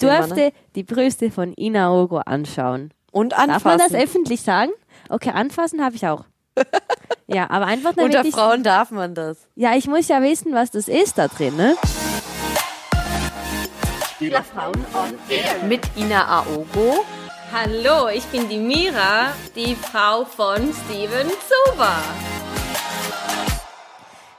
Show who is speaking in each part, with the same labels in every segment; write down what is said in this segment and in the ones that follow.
Speaker 1: durfte
Speaker 2: ne?
Speaker 1: die Brüste von Inaogo anschauen.
Speaker 2: Und
Speaker 1: Darf man das
Speaker 2: anfassen.
Speaker 1: öffentlich sagen? Okay, anfassen habe ich auch. ja, aber einfach damit
Speaker 2: Unter
Speaker 1: ich,
Speaker 2: Frauen darf man das.
Speaker 1: Ja, ich muss ja wissen, was das ist da drin, ne?
Speaker 2: Mit Ina Aogo.
Speaker 3: Hallo, ich bin die Mira, die Frau von Steven Zuber.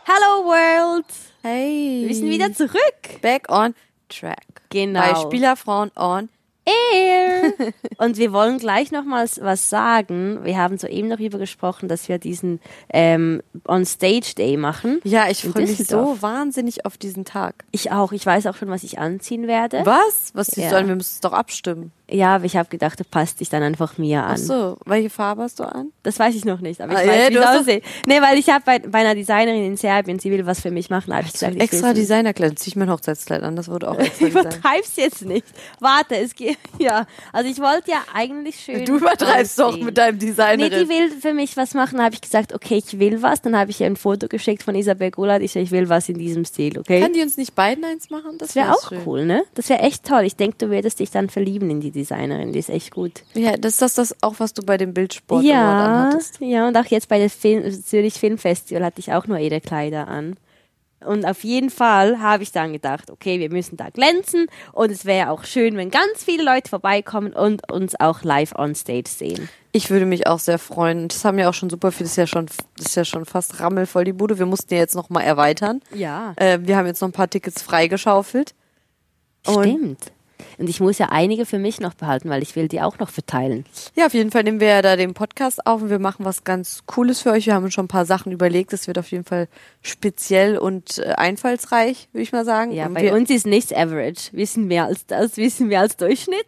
Speaker 1: Hello World!
Speaker 2: Hey.
Speaker 1: Wir sind wieder zurück.
Speaker 2: Back on track.
Speaker 1: Genau.
Speaker 2: Bei Spielerfrauen on.
Speaker 1: Air. Und wir wollen gleich nochmals was sagen. Wir haben soeben darüber gesprochen, dass wir diesen ähm, On-Stage-Day machen.
Speaker 2: Ja, ich
Speaker 1: In
Speaker 2: freue mich
Speaker 1: Düsseldorf.
Speaker 2: so wahnsinnig auf diesen Tag.
Speaker 1: Ich auch. Ich weiß auch schon, was ich anziehen werde.
Speaker 2: Was? Was siehst du
Speaker 1: Ja.
Speaker 2: an? Wir müssen es doch abstimmen.
Speaker 1: Ja, aber ich habe gedacht, du passt dich dann einfach mir an.
Speaker 2: Ach so, welche Farbe hast du an?
Speaker 1: Das weiß ich noch nicht, aber ich
Speaker 2: Ah,
Speaker 1: weiß,
Speaker 2: ja,
Speaker 1: wie
Speaker 2: du
Speaker 1: es
Speaker 2: hast doch-
Speaker 1: aussieht. Nee, weil ich habe bei, bei einer Designerin in Serbien, sie will was für mich machen, habe ich gesagt, ich
Speaker 2: Extra
Speaker 1: will's nicht.
Speaker 2: Designerkleid. Zieh ich mein Hochzeitskleid an, das wurde auch extra Design.
Speaker 1: Übertreib's jetzt nicht. Warte, es geht. Ja, also ich wollte ja eigentlich schön.
Speaker 2: Du übertreibst doch
Speaker 1: aussehen.
Speaker 2: mit deinem
Speaker 1: Nee, die
Speaker 2: Designerin.
Speaker 1: will für mich was machen, habe ich gesagt, okay, ich will was. Dann habe ich ihr ein Foto geschickt von Isabel Golat. Ich, sag, ich will was in diesem Stil, okay?
Speaker 2: Kann die uns nicht beiden eins machen? Das,
Speaker 1: das wäre
Speaker 2: wär's
Speaker 1: auch
Speaker 2: schön.
Speaker 1: cool, ne? Das wäre echt toll. Ich denke, du würdest dich dann verlieben in die Designerin. Die ist echt gut.
Speaker 2: Ja, das ist das, das auch, was du bei dem Bildsport Award
Speaker 1: ja,
Speaker 2: anhattest.
Speaker 1: ja, und auch jetzt bei der Film, Zürich Film Festival hatte ich auch nur ihre Kleider an. Und auf jeden Fall habe ich dann gedacht, okay, wir müssen da glänzen und es wäre auch schön, wenn ganz viele Leute vorbeikommen und uns auch live on stage sehen.
Speaker 2: Ich würde mich auch sehr freuen. Das haben ja auch schon super viel. Das ist ja schon, das ist ja schon fast rammelvoll die Bude. Wir mussten ja jetzt noch mal erweitern.
Speaker 1: Ja.
Speaker 2: Äh, wir haben jetzt noch ein paar Tickets freigeschaufelt.
Speaker 1: Stimmt. Und ich muss ja einige für mich noch behalten, weil ich will die auch noch verteilen.
Speaker 2: Ja, auf jeden Fall nehmen wir ja da den Podcast auf und wir machen was ganz Cooles für euch. Wir haben uns schon ein paar Sachen überlegt. Es wird auf jeden Fall speziell und äh, einfallsreich, würde ich mal sagen.
Speaker 1: Ja,
Speaker 2: und
Speaker 1: bei
Speaker 2: wir,
Speaker 1: uns ist nichts average. Wissen mehr als das, wissen mehr als Durchschnitt.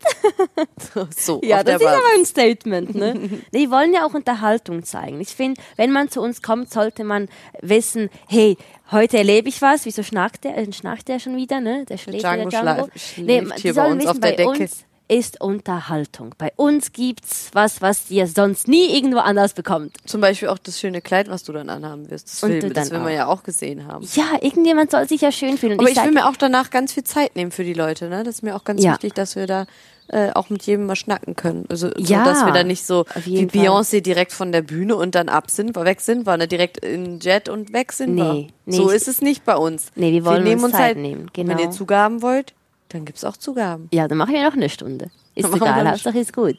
Speaker 2: so,
Speaker 1: Ja,
Speaker 2: auf
Speaker 1: das
Speaker 2: der
Speaker 1: ist
Speaker 2: Basis.
Speaker 1: aber ein Statement. Ne? Die wollen ja auch Unterhaltung zeigen. Ich finde, wenn man zu uns kommt, sollte man wissen, hey, heute erlebe ich was. Wieso schnarcht der? Äh, schnarcht der schon wieder? Ne? Der schläft
Speaker 2: Django
Speaker 1: wieder, Django.
Speaker 2: schla- schläft
Speaker 1: Nee, die
Speaker 2: hier bei
Speaker 1: sollen
Speaker 2: uns
Speaker 1: wissen,
Speaker 2: auf der
Speaker 1: bei
Speaker 2: Decke.
Speaker 1: uns ist Unterhaltung. Bei uns gibt's was, was ihr sonst nie irgendwo anders bekommt.
Speaker 2: Zum Beispiel auch das schöne Kleid, was du dann anhaben wirst. Das
Speaker 1: Und
Speaker 2: will,
Speaker 1: du
Speaker 2: das
Speaker 1: dann
Speaker 2: will
Speaker 1: auch.
Speaker 2: man ja auch gesehen haben.
Speaker 1: Ja, irgendjemand soll sich ja schön fühlen. Und
Speaker 2: Aber
Speaker 1: ich
Speaker 2: ich,
Speaker 1: sag-
Speaker 2: will mir auch danach ganz viel Zeit nehmen für die Leute. Ne? Das ist mir auch ganz
Speaker 1: Ja.
Speaker 2: wichtig, dass wir da äh, auch mit jedem mal schnacken können. Also,
Speaker 1: Ja,
Speaker 2: so, dass wir da nicht so
Speaker 1: auf
Speaker 2: wie
Speaker 1: jeden Fall.
Speaker 2: Beyoncé direkt von der Bühne und dann ab sind, wir, weg sind, wir, ne? direkt in Jet und weg sind.
Speaker 1: Nee,
Speaker 2: wir.
Speaker 1: nee,
Speaker 2: so
Speaker 1: ich-
Speaker 2: ist es nicht bei uns.
Speaker 1: Nee, wir wollen
Speaker 2: nehmen
Speaker 1: uns Zeit
Speaker 2: halt-
Speaker 1: nehmen,
Speaker 2: Wenn
Speaker 1: genau.
Speaker 2: ihr Zugaben wollt, dann gibt's auch Zugaben.
Speaker 1: ja, dann machen wir noch eine Stunde. Ist
Speaker 2: Dann machen wir noch
Speaker 1: egal,
Speaker 2: eine
Speaker 1: Hauptsache ist gut.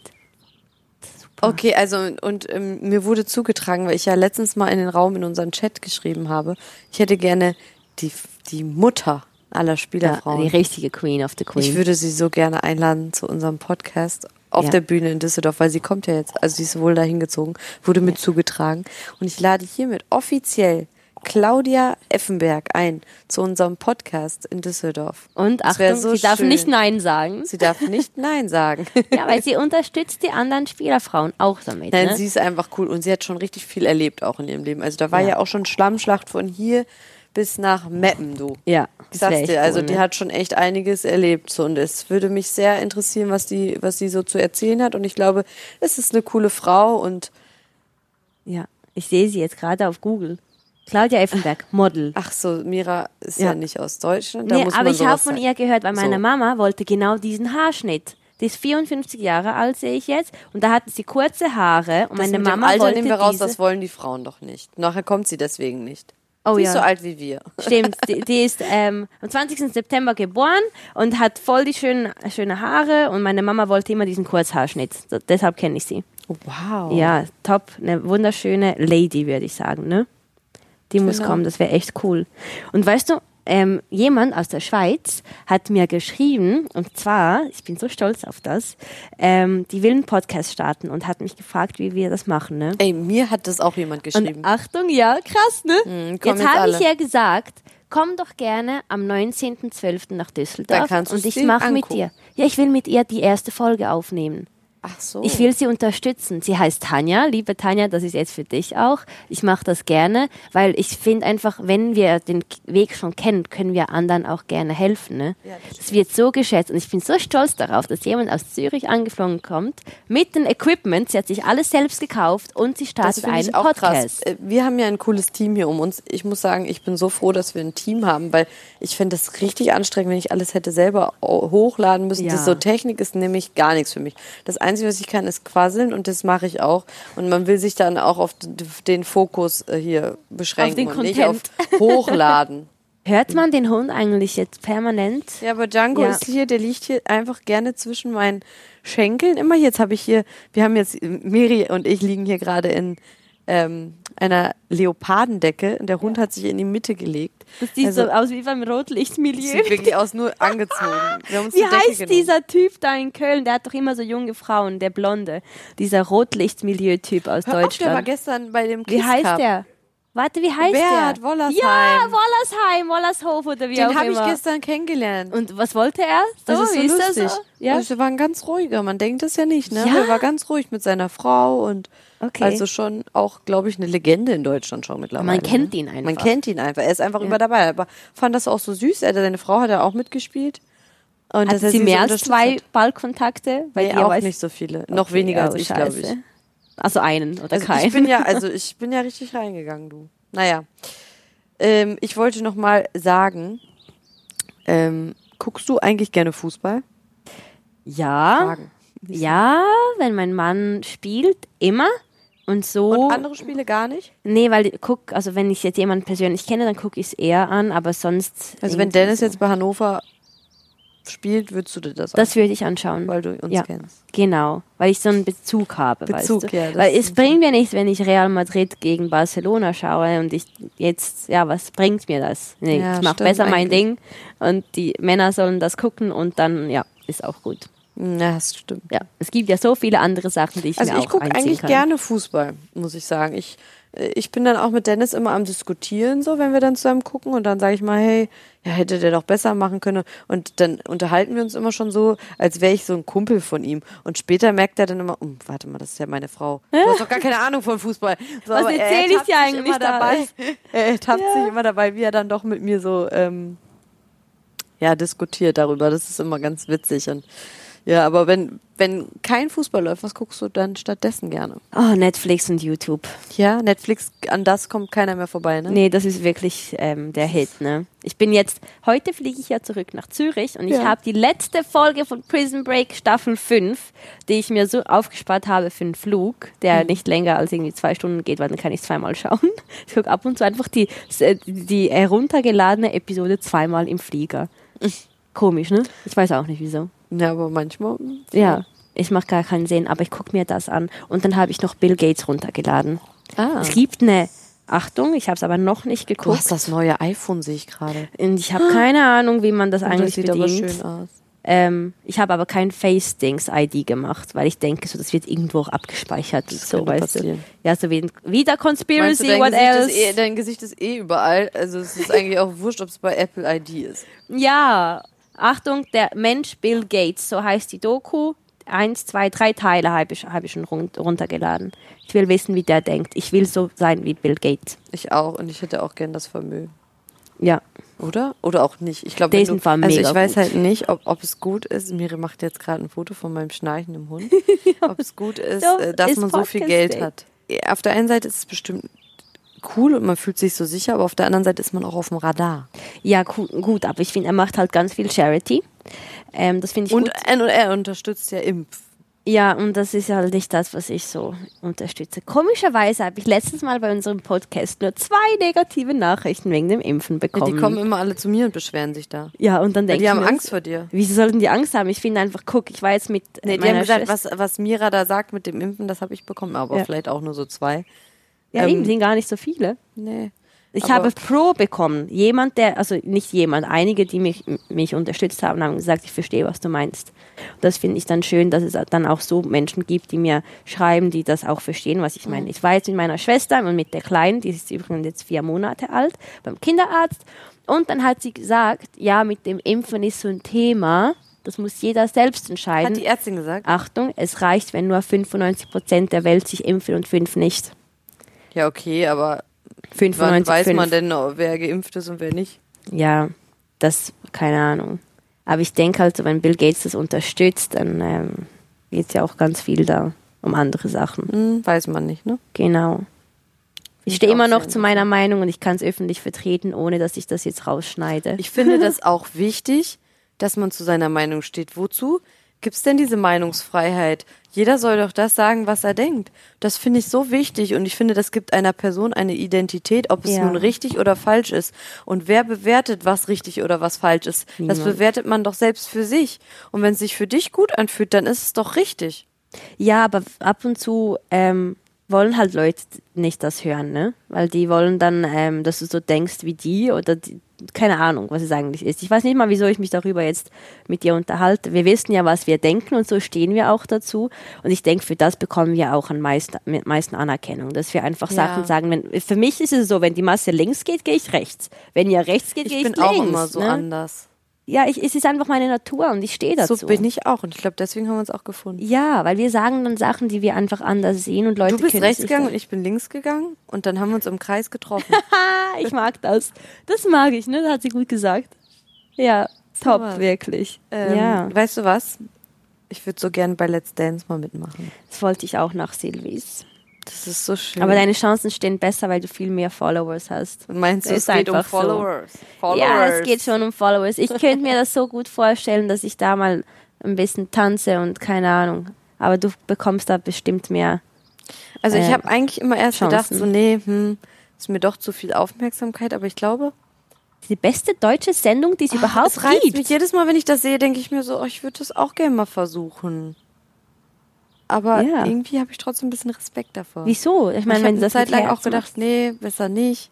Speaker 2: Okay, also und, und ähm, mir wurde zugetragen, weil ich ja letztens mal in den Raum in unseren Chat geschrieben habe, ich hätte gerne die, die Mutter aller
Speaker 1: Ja,
Speaker 2: Spielerfrauen.
Speaker 1: die richtige Queen of the Queen.
Speaker 2: Ich würde sie so gerne einladen zu unserem Podcast auf
Speaker 1: Mhm. Ja.
Speaker 2: der Bühne in Düsseldorf, weil sie kommt ja jetzt, also sie ist wohl dahin gezogen, wurde mit zugetragen. Und ich lade hiermit offiziell Claudia Effenberg ein zu unserem Podcast in Düsseldorf.
Speaker 1: und
Speaker 2: Das wär
Speaker 1: Achtung,
Speaker 2: so
Speaker 1: sie darf
Speaker 2: schön.
Speaker 1: nicht Nein sagen.
Speaker 2: Sie darf nicht Nein sagen.
Speaker 1: Ja, weil sie unterstützt die anderen Spielerfrauen auch damit.
Speaker 2: Nein,
Speaker 1: ne?
Speaker 2: sie ist einfach cool und sie hat schon richtig viel erlebt auch in ihrem Leben. Also da war ja, auch schon Schlammschlacht von hier bis nach Meppen, du.
Speaker 1: ja,
Speaker 2: Ich
Speaker 1: das wär
Speaker 2: sag's
Speaker 1: echt
Speaker 2: dir, also
Speaker 1: cool,
Speaker 2: die
Speaker 1: ne?
Speaker 2: hat schon echt einiges erlebt so, und es würde mich sehr interessieren, was die, was die so zu erzählen hat. Und ich glaube, es ist eine coole Frau und
Speaker 1: Ja, ich sehe sie jetzt gerade auf Google. Claudia Effenberg, Model.
Speaker 2: ach so, Mira ist ja,
Speaker 1: Ja.
Speaker 2: nicht aus Deutschland. Da
Speaker 1: Nee,
Speaker 2: muss
Speaker 1: aber
Speaker 2: man
Speaker 1: ich habe
Speaker 2: sowas
Speaker 1: von
Speaker 2: sein.
Speaker 1: ihr gehört, weil meine
Speaker 2: So.
Speaker 1: Mama wollte genau diesen Haarschnitt. Die ist 54 Jahre alt, sehe ich jetzt. Und da hatte sie kurze Haare. Und
Speaker 2: Das
Speaker 1: meine
Speaker 2: mit dem
Speaker 1: Mama
Speaker 2: Alter
Speaker 1: wollte
Speaker 2: nehmen wir raus,
Speaker 1: diese...
Speaker 2: das wollen die Frauen doch nicht. Nachher kommt sie deswegen nicht.
Speaker 1: Oh
Speaker 2: sie
Speaker 1: ja.
Speaker 2: ist so alt wie wir.
Speaker 1: Stimmt, die, die ist ähm, am 20. September geboren und hat voll die schönen, schöne Haare. Und meine Mama wollte immer diesen Kurzhaarschnitt. So, deshalb kenne ich sie.
Speaker 2: Wow.
Speaker 1: Ja, top. Eine wunderschöne Lady, würde ich sagen, ne? Die muss
Speaker 2: Genau.
Speaker 1: kommen, das wäre echt cool. Und weißt du, ähm, jemand aus der Schweiz hat mir geschrieben, und zwar, ich bin so stolz auf das, ähm, die will einen Podcast starten und hat mich gefragt, wie wir das machen, ne?
Speaker 2: Ey, mir hat das auch jemand geschrieben.
Speaker 1: Und Achtung, ja, krass, ne?
Speaker 2: Hm, kommen
Speaker 1: jetzt
Speaker 2: jetzt
Speaker 1: habe ich
Speaker 2: alle.
Speaker 1: ja gesagt, komm doch gerne am 19.12. nach Düsseldorf
Speaker 2: Dann kannst du
Speaker 1: und ich
Speaker 2: sie
Speaker 1: mache mit
Speaker 2: angucken.
Speaker 1: dir. Ja, ich will mit ihr die erste Folge aufnehmen.
Speaker 2: Ach so.
Speaker 1: Ich will sie unterstützen. Sie heißt Tanja. Liebe Tanja, das ist jetzt für dich auch. Ich mache das gerne, weil ich finde einfach, wenn wir den K- Weg schon kennen, können wir anderen auch gerne helfen. Ne?
Speaker 2: Ja, das
Speaker 1: das wird so geschätzt und ich bin so stolz darauf, dass jemand aus Zürich angeflogen kommt mit dem Equipment. Sie hat sich alles selbst gekauft und sie
Speaker 2: das
Speaker 1: startet
Speaker 2: finde
Speaker 1: einen
Speaker 2: ich auch krass.
Speaker 1: Podcast.
Speaker 2: Äh, Wir haben ja ein cooles Team hier um uns. Ich muss sagen, ich bin so froh, dass wir ein Team haben, weil ich fände das richtig anstrengend, wenn ich alles hätte selber au- hochladen müssen.
Speaker 1: Ja.
Speaker 2: Das so Technik ist nämlich gar nichts für mich. Das Einzige, was ich kann, ist quasseln und das mache ich auch. Und man will sich dann auch auf d- den Fokus äh, hier beschränken
Speaker 1: Auf den
Speaker 2: und nicht auf hochladen.
Speaker 1: Hört man den Hund eigentlich jetzt permanent?
Speaker 2: Ja, aber Django
Speaker 1: Ja.
Speaker 2: ist hier, der liegt hier einfach gerne zwischen meinen Schenkeln. Immer hier, jetzt habe ich hier, wir haben jetzt, Miri und ich liegen hier gerade in ähm, einer Leopardendecke und der Hund hat sich in die Mitte gelegt.
Speaker 1: Das sieht
Speaker 2: also,
Speaker 1: so aus wie beim Rotlichtmilieu.
Speaker 2: sieht wirklich aus, nur angezogen. Wir haben uns
Speaker 1: Wie
Speaker 2: eine Decke
Speaker 1: heißt
Speaker 2: genommen.
Speaker 1: dieser Typ da in Köln? Der hat doch immer so junge Frauen, der Blonde. Dieser Rotlichtmilieu-Typ aus
Speaker 2: Hör auf, der war
Speaker 1: Deutschland.
Speaker 2: gestern bei dem
Speaker 1: wie
Speaker 2: Kiss
Speaker 1: heißt
Speaker 2: Cup.
Speaker 1: der? Warte, wie heißt
Speaker 2: Bert
Speaker 1: der?
Speaker 2: Wollersheim.
Speaker 1: Ja, Wollersheim, Wollershof oder wie auch
Speaker 2: Den habe ich
Speaker 1: immer.
Speaker 2: gestern kennengelernt.
Speaker 1: Und was wollte er? So,
Speaker 2: das Oh, ist so
Speaker 1: wie ist
Speaker 2: lustig.
Speaker 1: das so? Ja?
Speaker 2: Also, wir waren ganz ruhiger, man denkt das ja nicht, ne?
Speaker 1: Ja.
Speaker 2: Er war ganz ruhig mit seiner Frau und
Speaker 1: Okay.
Speaker 2: also schon auch, glaube ich, eine Legende in Deutschland schon mittlerweile.
Speaker 1: Man kennt
Speaker 2: ne?
Speaker 1: ihn einfach.
Speaker 2: Man kennt ihn einfach. Er ist einfach über dabei. Aber fand das auch so süß. Er, seine Frau hat er auch mitgespielt. Und dass
Speaker 1: Hatte
Speaker 2: er
Speaker 1: sie mehr als
Speaker 2: unterstützt
Speaker 1: zwei
Speaker 2: Hat.
Speaker 1: Ballkontakte? Weil
Speaker 2: Nee,
Speaker 1: ihr
Speaker 2: auch
Speaker 1: weiß-
Speaker 2: nicht so viele. Noch weniger
Speaker 1: Oh,
Speaker 2: als ich, glaube ich.
Speaker 1: scheiße. Also einen oder
Speaker 2: Also
Speaker 1: keinen.
Speaker 2: ich bin ja, also ich bin ja richtig reingegangen, du. Naja. Ähm, ich wollte noch mal sagen, ähm, guckst du eigentlich gerne Fußball?
Speaker 1: ja.
Speaker 2: Fragen.
Speaker 1: Ja, wenn mein Mann spielt, immer. Und so.
Speaker 2: Und andere Spiele gar nicht?
Speaker 1: Nee, weil ich guck, also wenn ich jetzt jemanden persönlich kenne, dann gucke ich es eher an, aber sonst.
Speaker 2: Also wenn
Speaker 1: irgendwie
Speaker 2: Dennis
Speaker 1: so.
Speaker 2: jetzt bei Hannover spielt, würdest du dir das,
Speaker 1: Das würde ich anschauen.
Speaker 2: weil du uns
Speaker 1: ja,
Speaker 2: kennst.
Speaker 1: Genau, weil ich so einen Bezug habe.
Speaker 2: Bezug,
Speaker 1: weißt du?
Speaker 2: ja, das
Speaker 1: Weil es
Speaker 2: ist-
Speaker 1: bringt mir nichts, wenn ich Real Madrid gegen Barcelona schaue und ich jetzt, ja, was bringt mir das? Nee,
Speaker 2: Ja,
Speaker 1: ich mache
Speaker 2: stimmt
Speaker 1: besser mein
Speaker 2: eigentlich.
Speaker 1: Ding und die Männer sollen das gucken und dann, ja, ist auch gut.
Speaker 2: Ja, das stimmt.
Speaker 1: Hm, Ja, es gibt ja so viele andere Sachen, die ich
Speaker 2: Also
Speaker 1: mir
Speaker 2: ich
Speaker 1: auch
Speaker 2: gucke
Speaker 1: reinziehen
Speaker 2: eigentlich
Speaker 1: kann.
Speaker 2: gerne Fußball, muss ich sagen. Ich, äh, ich bin dann auch mit Dennis immer am Diskutieren, so wenn wir dann zusammen gucken und dann sage ich mal, hey, ja, hätte der doch besser machen können. Und dann unterhalten wir uns immer schon so, als wäre ich so ein Kumpel von ihm. Und später merkt er dann immer, oh, warte mal, das ist ja meine Frau. Du hast doch gar keine Ahnung von Fußball. So,
Speaker 1: Was
Speaker 2: aber er
Speaker 1: erzähl ich
Speaker 2: ertappt
Speaker 1: dir
Speaker 2: sich
Speaker 1: eigentlich
Speaker 2: immer
Speaker 1: da?
Speaker 2: dabei? Er ertappt sich immer dabei, wie er dann doch mit mir so ähm, ja, diskutiert darüber. Das ist immer ganz witzig. Und ja, aber wenn, wenn kein Fußball läuft, was guckst du dann stattdessen gerne?
Speaker 1: Oh, Netflix und YouTube.
Speaker 2: Ja, Netflix, an das kommt keiner mehr vorbei, ne?
Speaker 1: Nee, das ist wirklich ähm, der Hit, ne? Ich bin jetzt, heute fliege ich ja zurück nach Zürich und ich
Speaker 2: Ja.
Speaker 1: habe die letzte Folge von Prison Break Staffel 5, die ich mir so aufgespart habe für einen Flug,
Speaker 2: Mhm.
Speaker 1: der nicht länger als irgendwie zwei Stunden geht, weil dann kann ich zweimal schauen. Ich gucke ab und zu einfach die, äh, die heruntergeladene Episode zweimal im Flieger.
Speaker 2: Mhm.
Speaker 1: Komisch, ne? Ich weiß auch nicht wieso.
Speaker 2: Ja, aber manchmal.
Speaker 1: Ja. Ich mache gar keinen Sinn, aber ich gucke mir das an. Und dann habe ich noch Bill Gates runtergeladen.
Speaker 2: Ah.
Speaker 1: Es gibt eine, Achtung, ich habe es aber noch nicht
Speaker 2: Du
Speaker 1: geguckt.
Speaker 2: hast das neue iPhone, sehe ich gerade.
Speaker 1: Und ich habe keine Ahnung, wie man das eigentlich
Speaker 2: Das sieht aber
Speaker 1: bedient.
Speaker 2: schön aus.
Speaker 1: Ähm, ich habe aber kein Face-Dings-ID gemacht, weil ich denke, so das wird irgendwo auch abgespeichert. und so,
Speaker 2: könnte
Speaker 1: weißt
Speaker 2: passieren.
Speaker 1: du. Ja, so wie wieder
Speaker 2: Meinst du,
Speaker 1: Conspiracy,
Speaker 2: dein,
Speaker 1: what
Speaker 2: Gesicht
Speaker 1: else?
Speaker 2: ist eh, dein Gesicht ist eh überall. Also es ist eigentlich auch wurscht, ob es bei Apple ID ist.
Speaker 1: Ja, Achtung, der Mensch Bill Gates, so heißt die Doku. Eins, zwei, drei Teile habe ich, habe ich schon run runtergeladen. Ich will wissen, wie der denkt. Ich will so sein wie Bill Gates.
Speaker 2: Ich auch und ich hätte auch gern das Vermögen.
Speaker 1: Ja.
Speaker 2: Oder? Oder auch nicht. Ich glaube,
Speaker 1: Der
Speaker 2: wenn
Speaker 1: ist
Speaker 2: du-
Speaker 1: ein Fall
Speaker 2: also
Speaker 1: mega
Speaker 2: ich weiß
Speaker 1: gut.
Speaker 2: halt nicht, ob, ob es gut ist. Miri macht jetzt gerade ein Foto von meinem schnarchenden Hund. Ob es gut ist,
Speaker 1: So
Speaker 2: äh, dass
Speaker 1: ist
Speaker 2: man so viel
Speaker 1: Podcast
Speaker 2: Geld
Speaker 1: Day.
Speaker 2: hat. Auf der einen Seite ist es bestimmt cool und man fühlt sich so sicher, aber auf der anderen Seite ist man auch auf dem Radar.
Speaker 1: Ja, gu gut, aber ich finde, er macht halt ganz viel Charity. Ähm, das finde ich
Speaker 2: Und
Speaker 1: gut.
Speaker 2: NR unterstützt ja Impf.
Speaker 1: Ja, und das ist halt nicht das, was ich so unterstütze. Komischerweise habe ich letztes Mal bei unserem Podcast nur zwei negative Nachrichten wegen dem Impfen
Speaker 2: Ja,
Speaker 1: bekommen.
Speaker 2: die kommen immer alle zu mir und beschweren sich da.
Speaker 1: Ja, und dann denke
Speaker 2: Die
Speaker 1: ich
Speaker 2: haben
Speaker 1: mir,
Speaker 2: Angst vor dir.
Speaker 1: Wieso sollten die Angst haben? Ich finde einfach, guck, ich war jetzt mit äh,
Speaker 2: Nee, die
Speaker 1: meiner
Speaker 2: haben gesagt,
Speaker 1: Schwester-
Speaker 2: was, was Mira da sagt mit dem Impfen, das habe ich bekommen, aber
Speaker 1: Ja.
Speaker 2: vielleicht auch nur so zwei.
Speaker 1: Ja,
Speaker 2: ähm,
Speaker 1: eben, sind gar nicht so viele.
Speaker 2: Nee.
Speaker 1: Ich
Speaker 2: Aber-
Speaker 1: habe Pro bekommen. Jemand, der, also nicht jemand, einige, die mich, mich unterstützt haben, haben gesagt, ich verstehe, was du meinst. Und das finde ich dann schön, dass es dann auch so Menschen gibt, die mir schreiben, die das auch verstehen, was ich
Speaker 2: Mhm.
Speaker 1: meine. Ich war jetzt mit meiner Schwester und mit der Kleinen, die ist übrigens jetzt vier Monate alt, beim Kinderarzt. Und dann hat sie gesagt, ja, mit dem Impfen ist so ein Thema, Das muss jeder selbst entscheiden.
Speaker 2: Hat die Ärztin gesagt?
Speaker 1: Achtung, es reicht, wenn nur 95% der Welt sich impfen und 5 nicht. Ah.
Speaker 2: Ja, okay, aber wann
Speaker 1: 95,
Speaker 2: weiß
Speaker 1: 5.
Speaker 2: man denn, oh, wer geimpft ist und wer nicht?
Speaker 1: Ja, das, keine Ahnung. Aber ich denke halt, so, wenn Bill Gates das unterstützt, dann ähm, geht ja auch ganz viel da um andere Sachen.
Speaker 2: Hm, weiß man nicht, ne?
Speaker 1: Genau. Ich
Speaker 2: ich
Speaker 1: stehe
Speaker 2: auch
Speaker 1: immer noch
Speaker 2: sehr
Speaker 1: zu meiner Meinung und ich kann es öffentlich vertreten, ohne dass ich das jetzt rausschneide.
Speaker 2: Ich finde das auch wichtig, dass man zu seiner Meinung steht. Wozu gibt's denn diese Meinungsfreiheit? Jeder soll doch das sagen, was er denkt. Das finde ich so wichtig und ich finde, das gibt einer Person eine Identität, ob es
Speaker 1: Ja.
Speaker 2: nun richtig oder falsch ist. Und wer bewertet, was richtig oder was falsch ist? Das
Speaker 1: Niemand.
Speaker 2: bewertet man doch selbst für sich. Und wenn es sich für dich gut anfühlt, dann ist es doch richtig.
Speaker 1: Ja, aber ab und zu ähm, wollen halt Leute nicht das hören, ne? Weil die wollen dann, ähm, dass du so denkst wie die oder die, keine Ahnung, was es eigentlich ist. Ich weiß nicht mal, wieso ich mich darüber jetzt mit dir unterhalte. Wir wissen ja, was wir denken und so stehen wir auch dazu. Und ich denke, für das bekommen wir auch am meisten, am meisten Anerkennung, dass wir einfach Sachen sagen. Wenn, für mich ist es so, wenn die Masse links geht, gehe ich rechts. Wenn ihr rechts geht,
Speaker 2: Ich
Speaker 1: gehe ich
Speaker 2: bin
Speaker 1: links.
Speaker 2: auch immer so
Speaker 1: ne?
Speaker 2: anders.
Speaker 1: Ja, ich, es ist einfach meine Natur und ich stehe dazu.
Speaker 2: So bin ich auch und ich glaube, deswegen haben wir uns auch gefunden.
Speaker 1: Ja, weil wir sagen dann Sachen, die wir einfach anders sehen und Leute
Speaker 2: Du bist
Speaker 1: können
Speaker 2: rechts
Speaker 1: sich
Speaker 2: gegangen
Speaker 1: dann-
Speaker 2: und ich bin links gegangen und dann haben wir uns im Kreis getroffen.
Speaker 1: Ah, ich mag das. Das mag ich, ne? Das hat sie gut gesagt. Ja, top,
Speaker 2: was.
Speaker 1: wirklich.
Speaker 2: Ähm,
Speaker 1: ja,
Speaker 2: Weißt du was? Ich würde so gern bei Let's Dance mal mitmachen.
Speaker 1: das wollte ich auch nach Silvis.
Speaker 2: Das ist so schön.
Speaker 1: Aber deine Chancen stehen besser, weil du viel mehr Followers hast.
Speaker 2: Meinst du,
Speaker 1: Ist
Speaker 2: es geht um
Speaker 1: einfach so.
Speaker 2: Followers? Followers.
Speaker 1: Ja, es geht schon um Followers. Ich könnte mir das so gut vorstellen, dass ich da mal ein bisschen tanze und keine Ahnung. Aber du bekommst da bestimmt mehr.
Speaker 2: Also ich
Speaker 1: äh,
Speaker 2: habe eigentlich immer erst gedacht,
Speaker 1: Chancen.
Speaker 2: so nee, hm, ist mir doch zu viel Aufmerksamkeit, aber ich glaube,
Speaker 1: Die beste deutsche Sendung, die Ah, es überhaupt
Speaker 2: es reizt
Speaker 1: gibt.
Speaker 2: mich jedes Mal, wenn ich das sehe, denke ich mir so, oh, ich würde das auch gerne mal versuchen. Aber
Speaker 1: Ja.
Speaker 2: irgendwie habe ich trotzdem ein bisschen Respekt davor.
Speaker 1: Wieso? Ich
Speaker 2: Ich
Speaker 1: meine,
Speaker 2: habe
Speaker 1: wenn du
Speaker 2: eine
Speaker 1: das
Speaker 2: Zeit
Speaker 1: mit
Speaker 2: lang auch
Speaker 1: Herz
Speaker 2: gedacht, nee, besser nicht.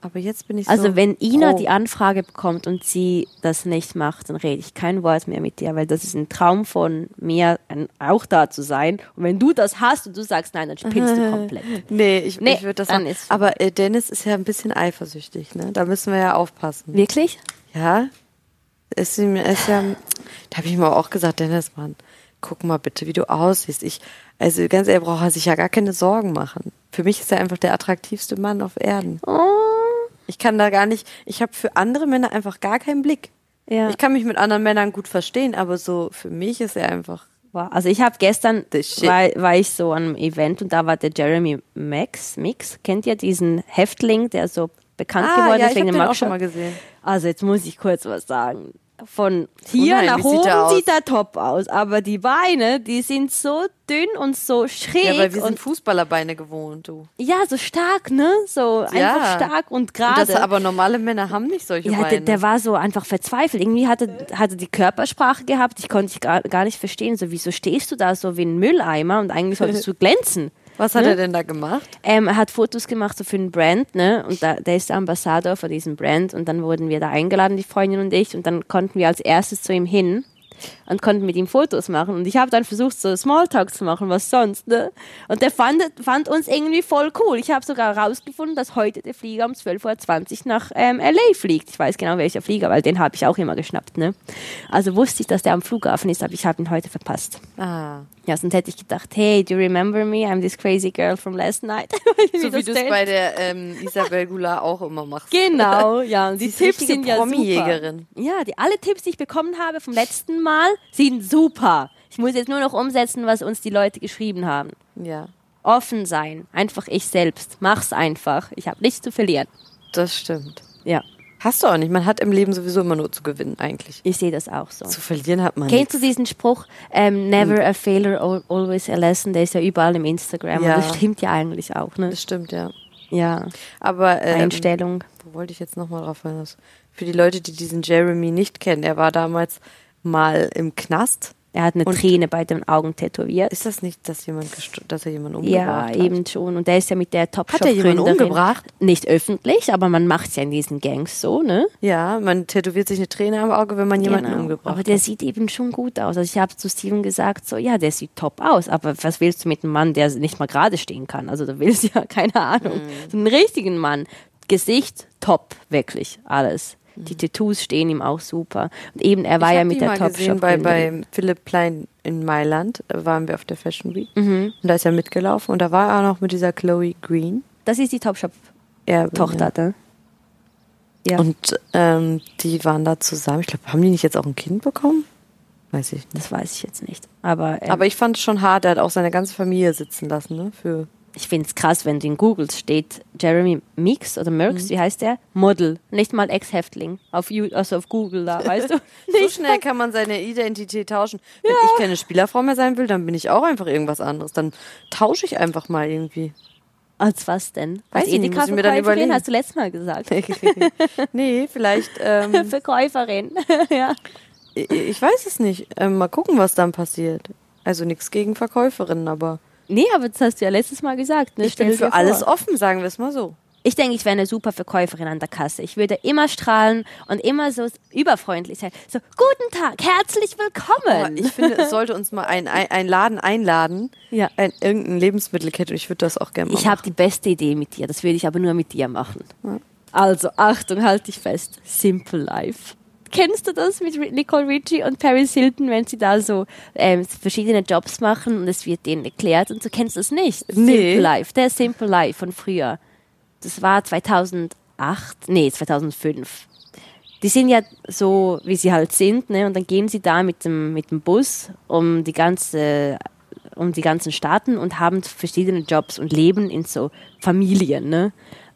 Speaker 2: Aber jetzt bin ich so. Oh.
Speaker 1: Also wenn Ina
Speaker 2: pro.
Speaker 1: die Anfrage bekommt und sie das nicht macht, dann rede ich kein Wort mehr mit dir, weil das ist ein Traum von mir, ein- auch da zu sein. Und wenn du das hast und du sagst nein, dann spinnst
Speaker 2: Äh,
Speaker 1: du komplett.
Speaker 2: Nee, ich,
Speaker 1: Nee,
Speaker 2: ich würde das
Speaker 1: dann
Speaker 2: machen.
Speaker 1: ist-
Speaker 2: Aber äh, Dennis ist ja ein bisschen eifersüchtig, ne? Da müssen wir ja aufpassen.
Speaker 1: Wirklich?
Speaker 2: Ja? Ist ihm, ist ja, da habe ich ihm aber auch gesagt, Dennis, Mann, guck mal bitte, wie du aussiehst. Ich, also ganz ehrlich, braucht er sich ja gar keine Sorgen machen. Für mich ist er einfach der attraktivste Mann auf Erden.
Speaker 1: Oh.
Speaker 2: Ich kann da gar nicht, ich habe für andere Männer einfach gar keinen Blick.
Speaker 1: Ja.
Speaker 2: Ich kann mich mit anderen Männern gut verstehen, aber so für mich ist er einfach.
Speaker 1: Wow. Also ich habe gestern,
Speaker 2: The shit.
Speaker 1: war, war ich so an einem Event und da war der Jeremy Max, Mix, kennt ihr diesen Häftling, der so bekannt geworden
Speaker 2: Ah, ja,
Speaker 1: ist
Speaker 2: ich habe
Speaker 1: wegen
Speaker 2: den
Speaker 1: dem
Speaker 2: auch
Speaker 1: Max?
Speaker 2: schon mal gesehen.
Speaker 1: Also jetzt muss ich kurz was sagen. Von hier
Speaker 2: Unheimlich
Speaker 1: nach
Speaker 2: Oh sieht
Speaker 1: oben
Speaker 2: er aus.
Speaker 1: sieht er top aus, aber die Beine, die sind so dünn und so schräg
Speaker 2: Ja, weil wir sind
Speaker 1: und
Speaker 2: Fußballerbeine gewohnt, du.
Speaker 1: ja, so stark, ne? So
Speaker 2: Ja.
Speaker 1: einfach stark und
Speaker 2: Und das,
Speaker 1: gerade.
Speaker 2: aber normale Männer haben nicht solche
Speaker 1: Ja, der,
Speaker 2: Beine.
Speaker 1: der war so einfach verzweifelt. Irgendwie hatte, hatte die Körpersprache gehabt. Ich konnte dich gar, gar nicht verstehen. So, wieso stehst du da so wie ein Mülleimer und eigentlich solltest du glänzen?
Speaker 2: Was
Speaker 1: ne?
Speaker 2: hat er denn da gemacht?
Speaker 1: Ähm, er hat Fotos gemacht so für einen Brand, ne? Und da, der ist der Ambassador von diesem Brand. Und dann wurden wir da eingeladen, die Freundin und ich. Und dann konnten wir als erstes zu ihm hin und konnten mit ihm Fotos machen. Und ich habe dann versucht, so Smalltalk zu machen, was sonst, ne? Und der fand, fand uns irgendwie voll cool. Ich habe sogar rausgefunden, dass heute der Flieger um 12.20 Uhr nach ähm, L.A. fliegt. Ich weiß genau, welcher Flieger, weil den habe ich auch immer geschnappt, ne? Also wusste ich, dass der am Flughafen ist, aber ich habe ihn heute verpasst.
Speaker 2: Ah.
Speaker 1: Ja, sonst hätte ich gedacht, hey, do you remember me? I'm this crazy girl from last night.
Speaker 2: So wie du es bei der ähm, Isabel Goulart auch immer machst.
Speaker 1: Genau, ja. Und die
Speaker 2: Sie ist
Speaker 1: Tipps
Speaker 2: richtige
Speaker 1: sind ja
Speaker 2: Promi-Jägerin.
Speaker 1: super. Ja, die, alle Tipps, die ich bekommen habe vom letzten Mal, sind super. Ich muss jetzt nur noch umsetzen, was uns die Leute geschrieben haben.
Speaker 2: Ja,
Speaker 1: Offen sein. Einfach ich selbst. Mach's einfach. Ich habe nichts zu verlieren.
Speaker 2: das stimmt.
Speaker 1: Ja,
Speaker 2: Hast du auch nicht. Man hat im Leben sowieso immer nur zu gewinnen eigentlich.
Speaker 1: ich sehe das auch so.
Speaker 2: Zu verlieren hat man
Speaker 1: Kennst du diesen Spruch, ähm, never
Speaker 2: Hm.
Speaker 1: a failure, al- always a lesson? Der ist ja überall im Instagram.
Speaker 2: Ja.
Speaker 1: Und das stimmt ja eigentlich auch, ne?
Speaker 2: Das stimmt, ja.
Speaker 1: Ja,
Speaker 2: Aber ähm,
Speaker 1: Einstellung.
Speaker 2: wo wollte ich jetzt nochmal drauf hinaus? Für die Leute, die diesen Jeremy nicht kennen, er war damals mal im Knast.
Speaker 1: Er hat eine
Speaker 2: Und-
Speaker 1: Träne bei den Augen tätowiert.
Speaker 2: Ist das nicht, dass, jemand gesto- dass er jemanden
Speaker 1: Ja,
Speaker 2: umgebracht hat?
Speaker 1: eben schon. Und der ist ja mit der top
Speaker 2: Hat er jemanden umgebracht?
Speaker 1: Nicht öffentlich, aber man macht ja in diesen Gangs so, ne?
Speaker 2: Ja, man tätowiert sich eine Träne am Auge, wenn man jemanden
Speaker 1: Genau.
Speaker 2: umgebracht
Speaker 1: Aber der
Speaker 2: hat.
Speaker 1: sieht eben schon gut aus. Also ich habe zu Steven gesagt, so, ja, der sieht top aus, aber was willst du mit einem Mann, der nicht mal gerade stehen kann? Also du
Speaker 2: Mhm.
Speaker 1: willst ja, keine Ahnung, so einen richtigen Mann. Gesicht, top, wirklich, alles. Die Tattoos stehen ihm auch super. Und eben, er war
Speaker 2: Mhm. ich
Speaker 1: ja
Speaker 2: hab
Speaker 1: mit
Speaker 2: die
Speaker 1: der
Speaker 2: mal
Speaker 1: Top
Speaker 2: gesehen
Speaker 1: Shop.
Speaker 2: bei, bei Philipp Klein in Mailand, äh, waren wir auf der Fashion Week.
Speaker 1: Mhm.
Speaker 2: Und da ist er mitgelaufen und da war er auch noch mit dieser Chloe Green.
Speaker 1: das ist die Top Shop
Speaker 2: Erbin,
Speaker 1: Tochter, ne? Ja.
Speaker 2: Ja. Und ähm, die waren da zusammen. Ich glaube, haben die nicht jetzt auch ein Kind bekommen? Weiß ich nicht.
Speaker 1: das weiß ich jetzt nicht. Aber, ähm,
Speaker 2: Aber ich fand es schon hart, er hat auch seine ganze Familie sitzen lassen, ne? Für
Speaker 1: ich finde es krass, wenn du in Google steht, Jeremy Meeks oder
Speaker 2: Mhm.
Speaker 1: Merks, wie heißt der? Model. Nicht mal Ex-Häftling. Auf, You- also auf Google da, weißt du?
Speaker 2: so schnell kann man seine Identität tauschen. Wenn ich keine Spielerfrau mehr sein will, dann bin ich auch einfach irgendwas anderes. Dann tausche ich einfach mal irgendwie.
Speaker 1: Als was denn?
Speaker 2: Weiß
Speaker 1: Als
Speaker 2: ich nicht, muss ich mir dann
Speaker 1: Edeka-Verkäuferin,
Speaker 2: überlegen.
Speaker 1: hast du letztes Mal gesagt.
Speaker 2: nee, vielleicht, ähm,
Speaker 1: Verkäuferin. ja.
Speaker 2: ich- ich weiß es nicht. Ähm, mal gucken, was dann passiert. Also nichts gegen Verkäuferinnen, aber
Speaker 1: Nee, aber das hast du ja letztes Mal gesagt. Ne?
Speaker 2: ich bin
Speaker 1: Stell dir
Speaker 2: für alles
Speaker 1: vor.
Speaker 2: offen, sagen wir es mal so.
Speaker 1: Ich denke, ich wäre eine super Verkäuferin an der Kasse. Ich würde immer strahlen und immer so überfreundlich sein. So, guten Tag, herzlich
Speaker 2: Aber
Speaker 1: willkommen.
Speaker 2: ich finde, es sollte uns mal ein, ein, ein Laden einladen,
Speaker 1: Ja.
Speaker 2: ein, irgendein Lebensmittelkette. Ich würde das auch gerne machen.
Speaker 1: Ich habe die beste Idee mit dir. Das würde ich aber nur mit dir machen. Also, Achtung, halt dich fest. Simple Life. Kennst du das mit Ri- Nicole Richie und Paris Hilton, wenn sie da so ähm, verschiedene Jobs machen und es wird denen erklärt und du kennst das nicht?
Speaker 2: Nee.
Speaker 1: Simple Life, der Simple Life von früher. Das war 2008, nee, 2005. Die sind ja so, wie sie halt sind, ne? Und dann gehen sie da mit dem, mit dem Bus um die ganze um die ganzen Staaten und haben verschiedene Jobs und leben in so Familien, ne?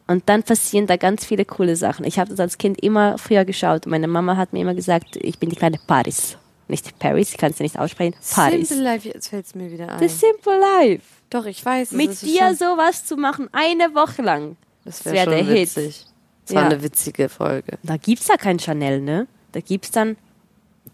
Speaker 1: Und dann passieren da ganz viele coole Sachen. Ich habe das als Kind immer früher geschaut. Meine Mama hat mir immer gesagt, ich bin die kleine Paris. Nicht Paris, ich kann es ja nicht aussprechen. Paris.
Speaker 2: Simple Life, jetzt fällt es mir wieder ein.
Speaker 1: The Simple Life.
Speaker 2: Doch, ich weiß. es
Speaker 1: Mit
Speaker 2: ist
Speaker 1: dir
Speaker 2: schon-
Speaker 1: sowas zu machen, eine Woche lang.
Speaker 2: Das
Speaker 1: wär
Speaker 2: wäre schon
Speaker 1: der Hit.
Speaker 2: witzig. Das war
Speaker 1: Ja.
Speaker 2: eine witzige Folge.
Speaker 1: Da gibt's ja kein Chanel, ne? Da gibt's dann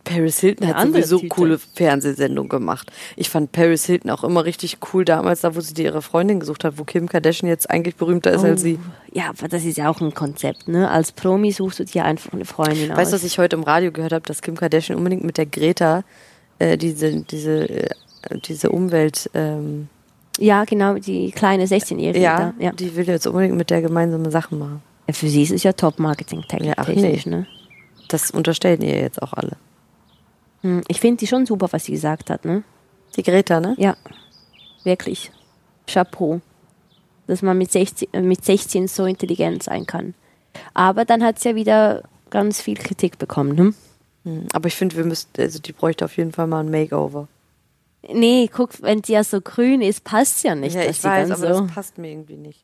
Speaker 2: Paris Hilton hat
Speaker 1: andere
Speaker 2: sowieso
Speaker 1: Tüte.
Speaker 2: coole Fernsehsendungen gemacht. Ich fand Paris Hilton auch immer richtig cool damals, da wo sie dir ihre Freundin gesucht hat, wo Kim Kardashian jetzt eigentlich berühmter ist als sie.
Speaker 1: Ja, aber das ist ja auch ein Konzept, ne? Als Promi suchst du dir einfach eine Freundin
Speaker 2: Weißt du,
Speaker 1: aus.
Speaker 2: was ich heute im Radio gehört habe, dass Kim Kardashian unbedingt mit der Greta äh, diese, diese, äh, diese Umwelt, ähm,
Speaker 1: ja, genau, die kleine 16-Jährige.
Speaker 2: ja,
Speaker 1: da, ja.
Speaker 2: die will jetzt unbedingt mit der gemeinsame Sachen machen.
Speaker 1: Ja, Für sie ist es ja Top-Marketing-technisch,
Speaker 2: Ja, ach
Speaker 1: ne?
Speaker 2: Das unterstellen ihr jetzt auch alle.
Speaker 1: Hm, Ich finde die schon super, was sie gesagt hat, ne?
Speaker 2: Die Greta, ne?
Speaker 1: Ja, wirklich. Chapeau. Dass man mit 16, äh, mit 16 so intelligent sein kann. Aber dann hat sie ja wieder ganz viel Kritik bekommen, ne?
Speaker 2: Mhm. Aber ich finde, wir müssten, also die bräuchte auf jeden Fall mal ein Makeover.
Speaker 1: Nee, guck, wenn sie ja so grün ist, passt ja nicht,
Speaker 2: ja,
Speaker 1: dass
Speaker 2: ich
Speaker 1: sie
Speaker 2: weiß,
Speaker 1: dann
Speaker 2: aber
Speaker 1: so...
Speaker 2: das passt mir irgendwie nicht.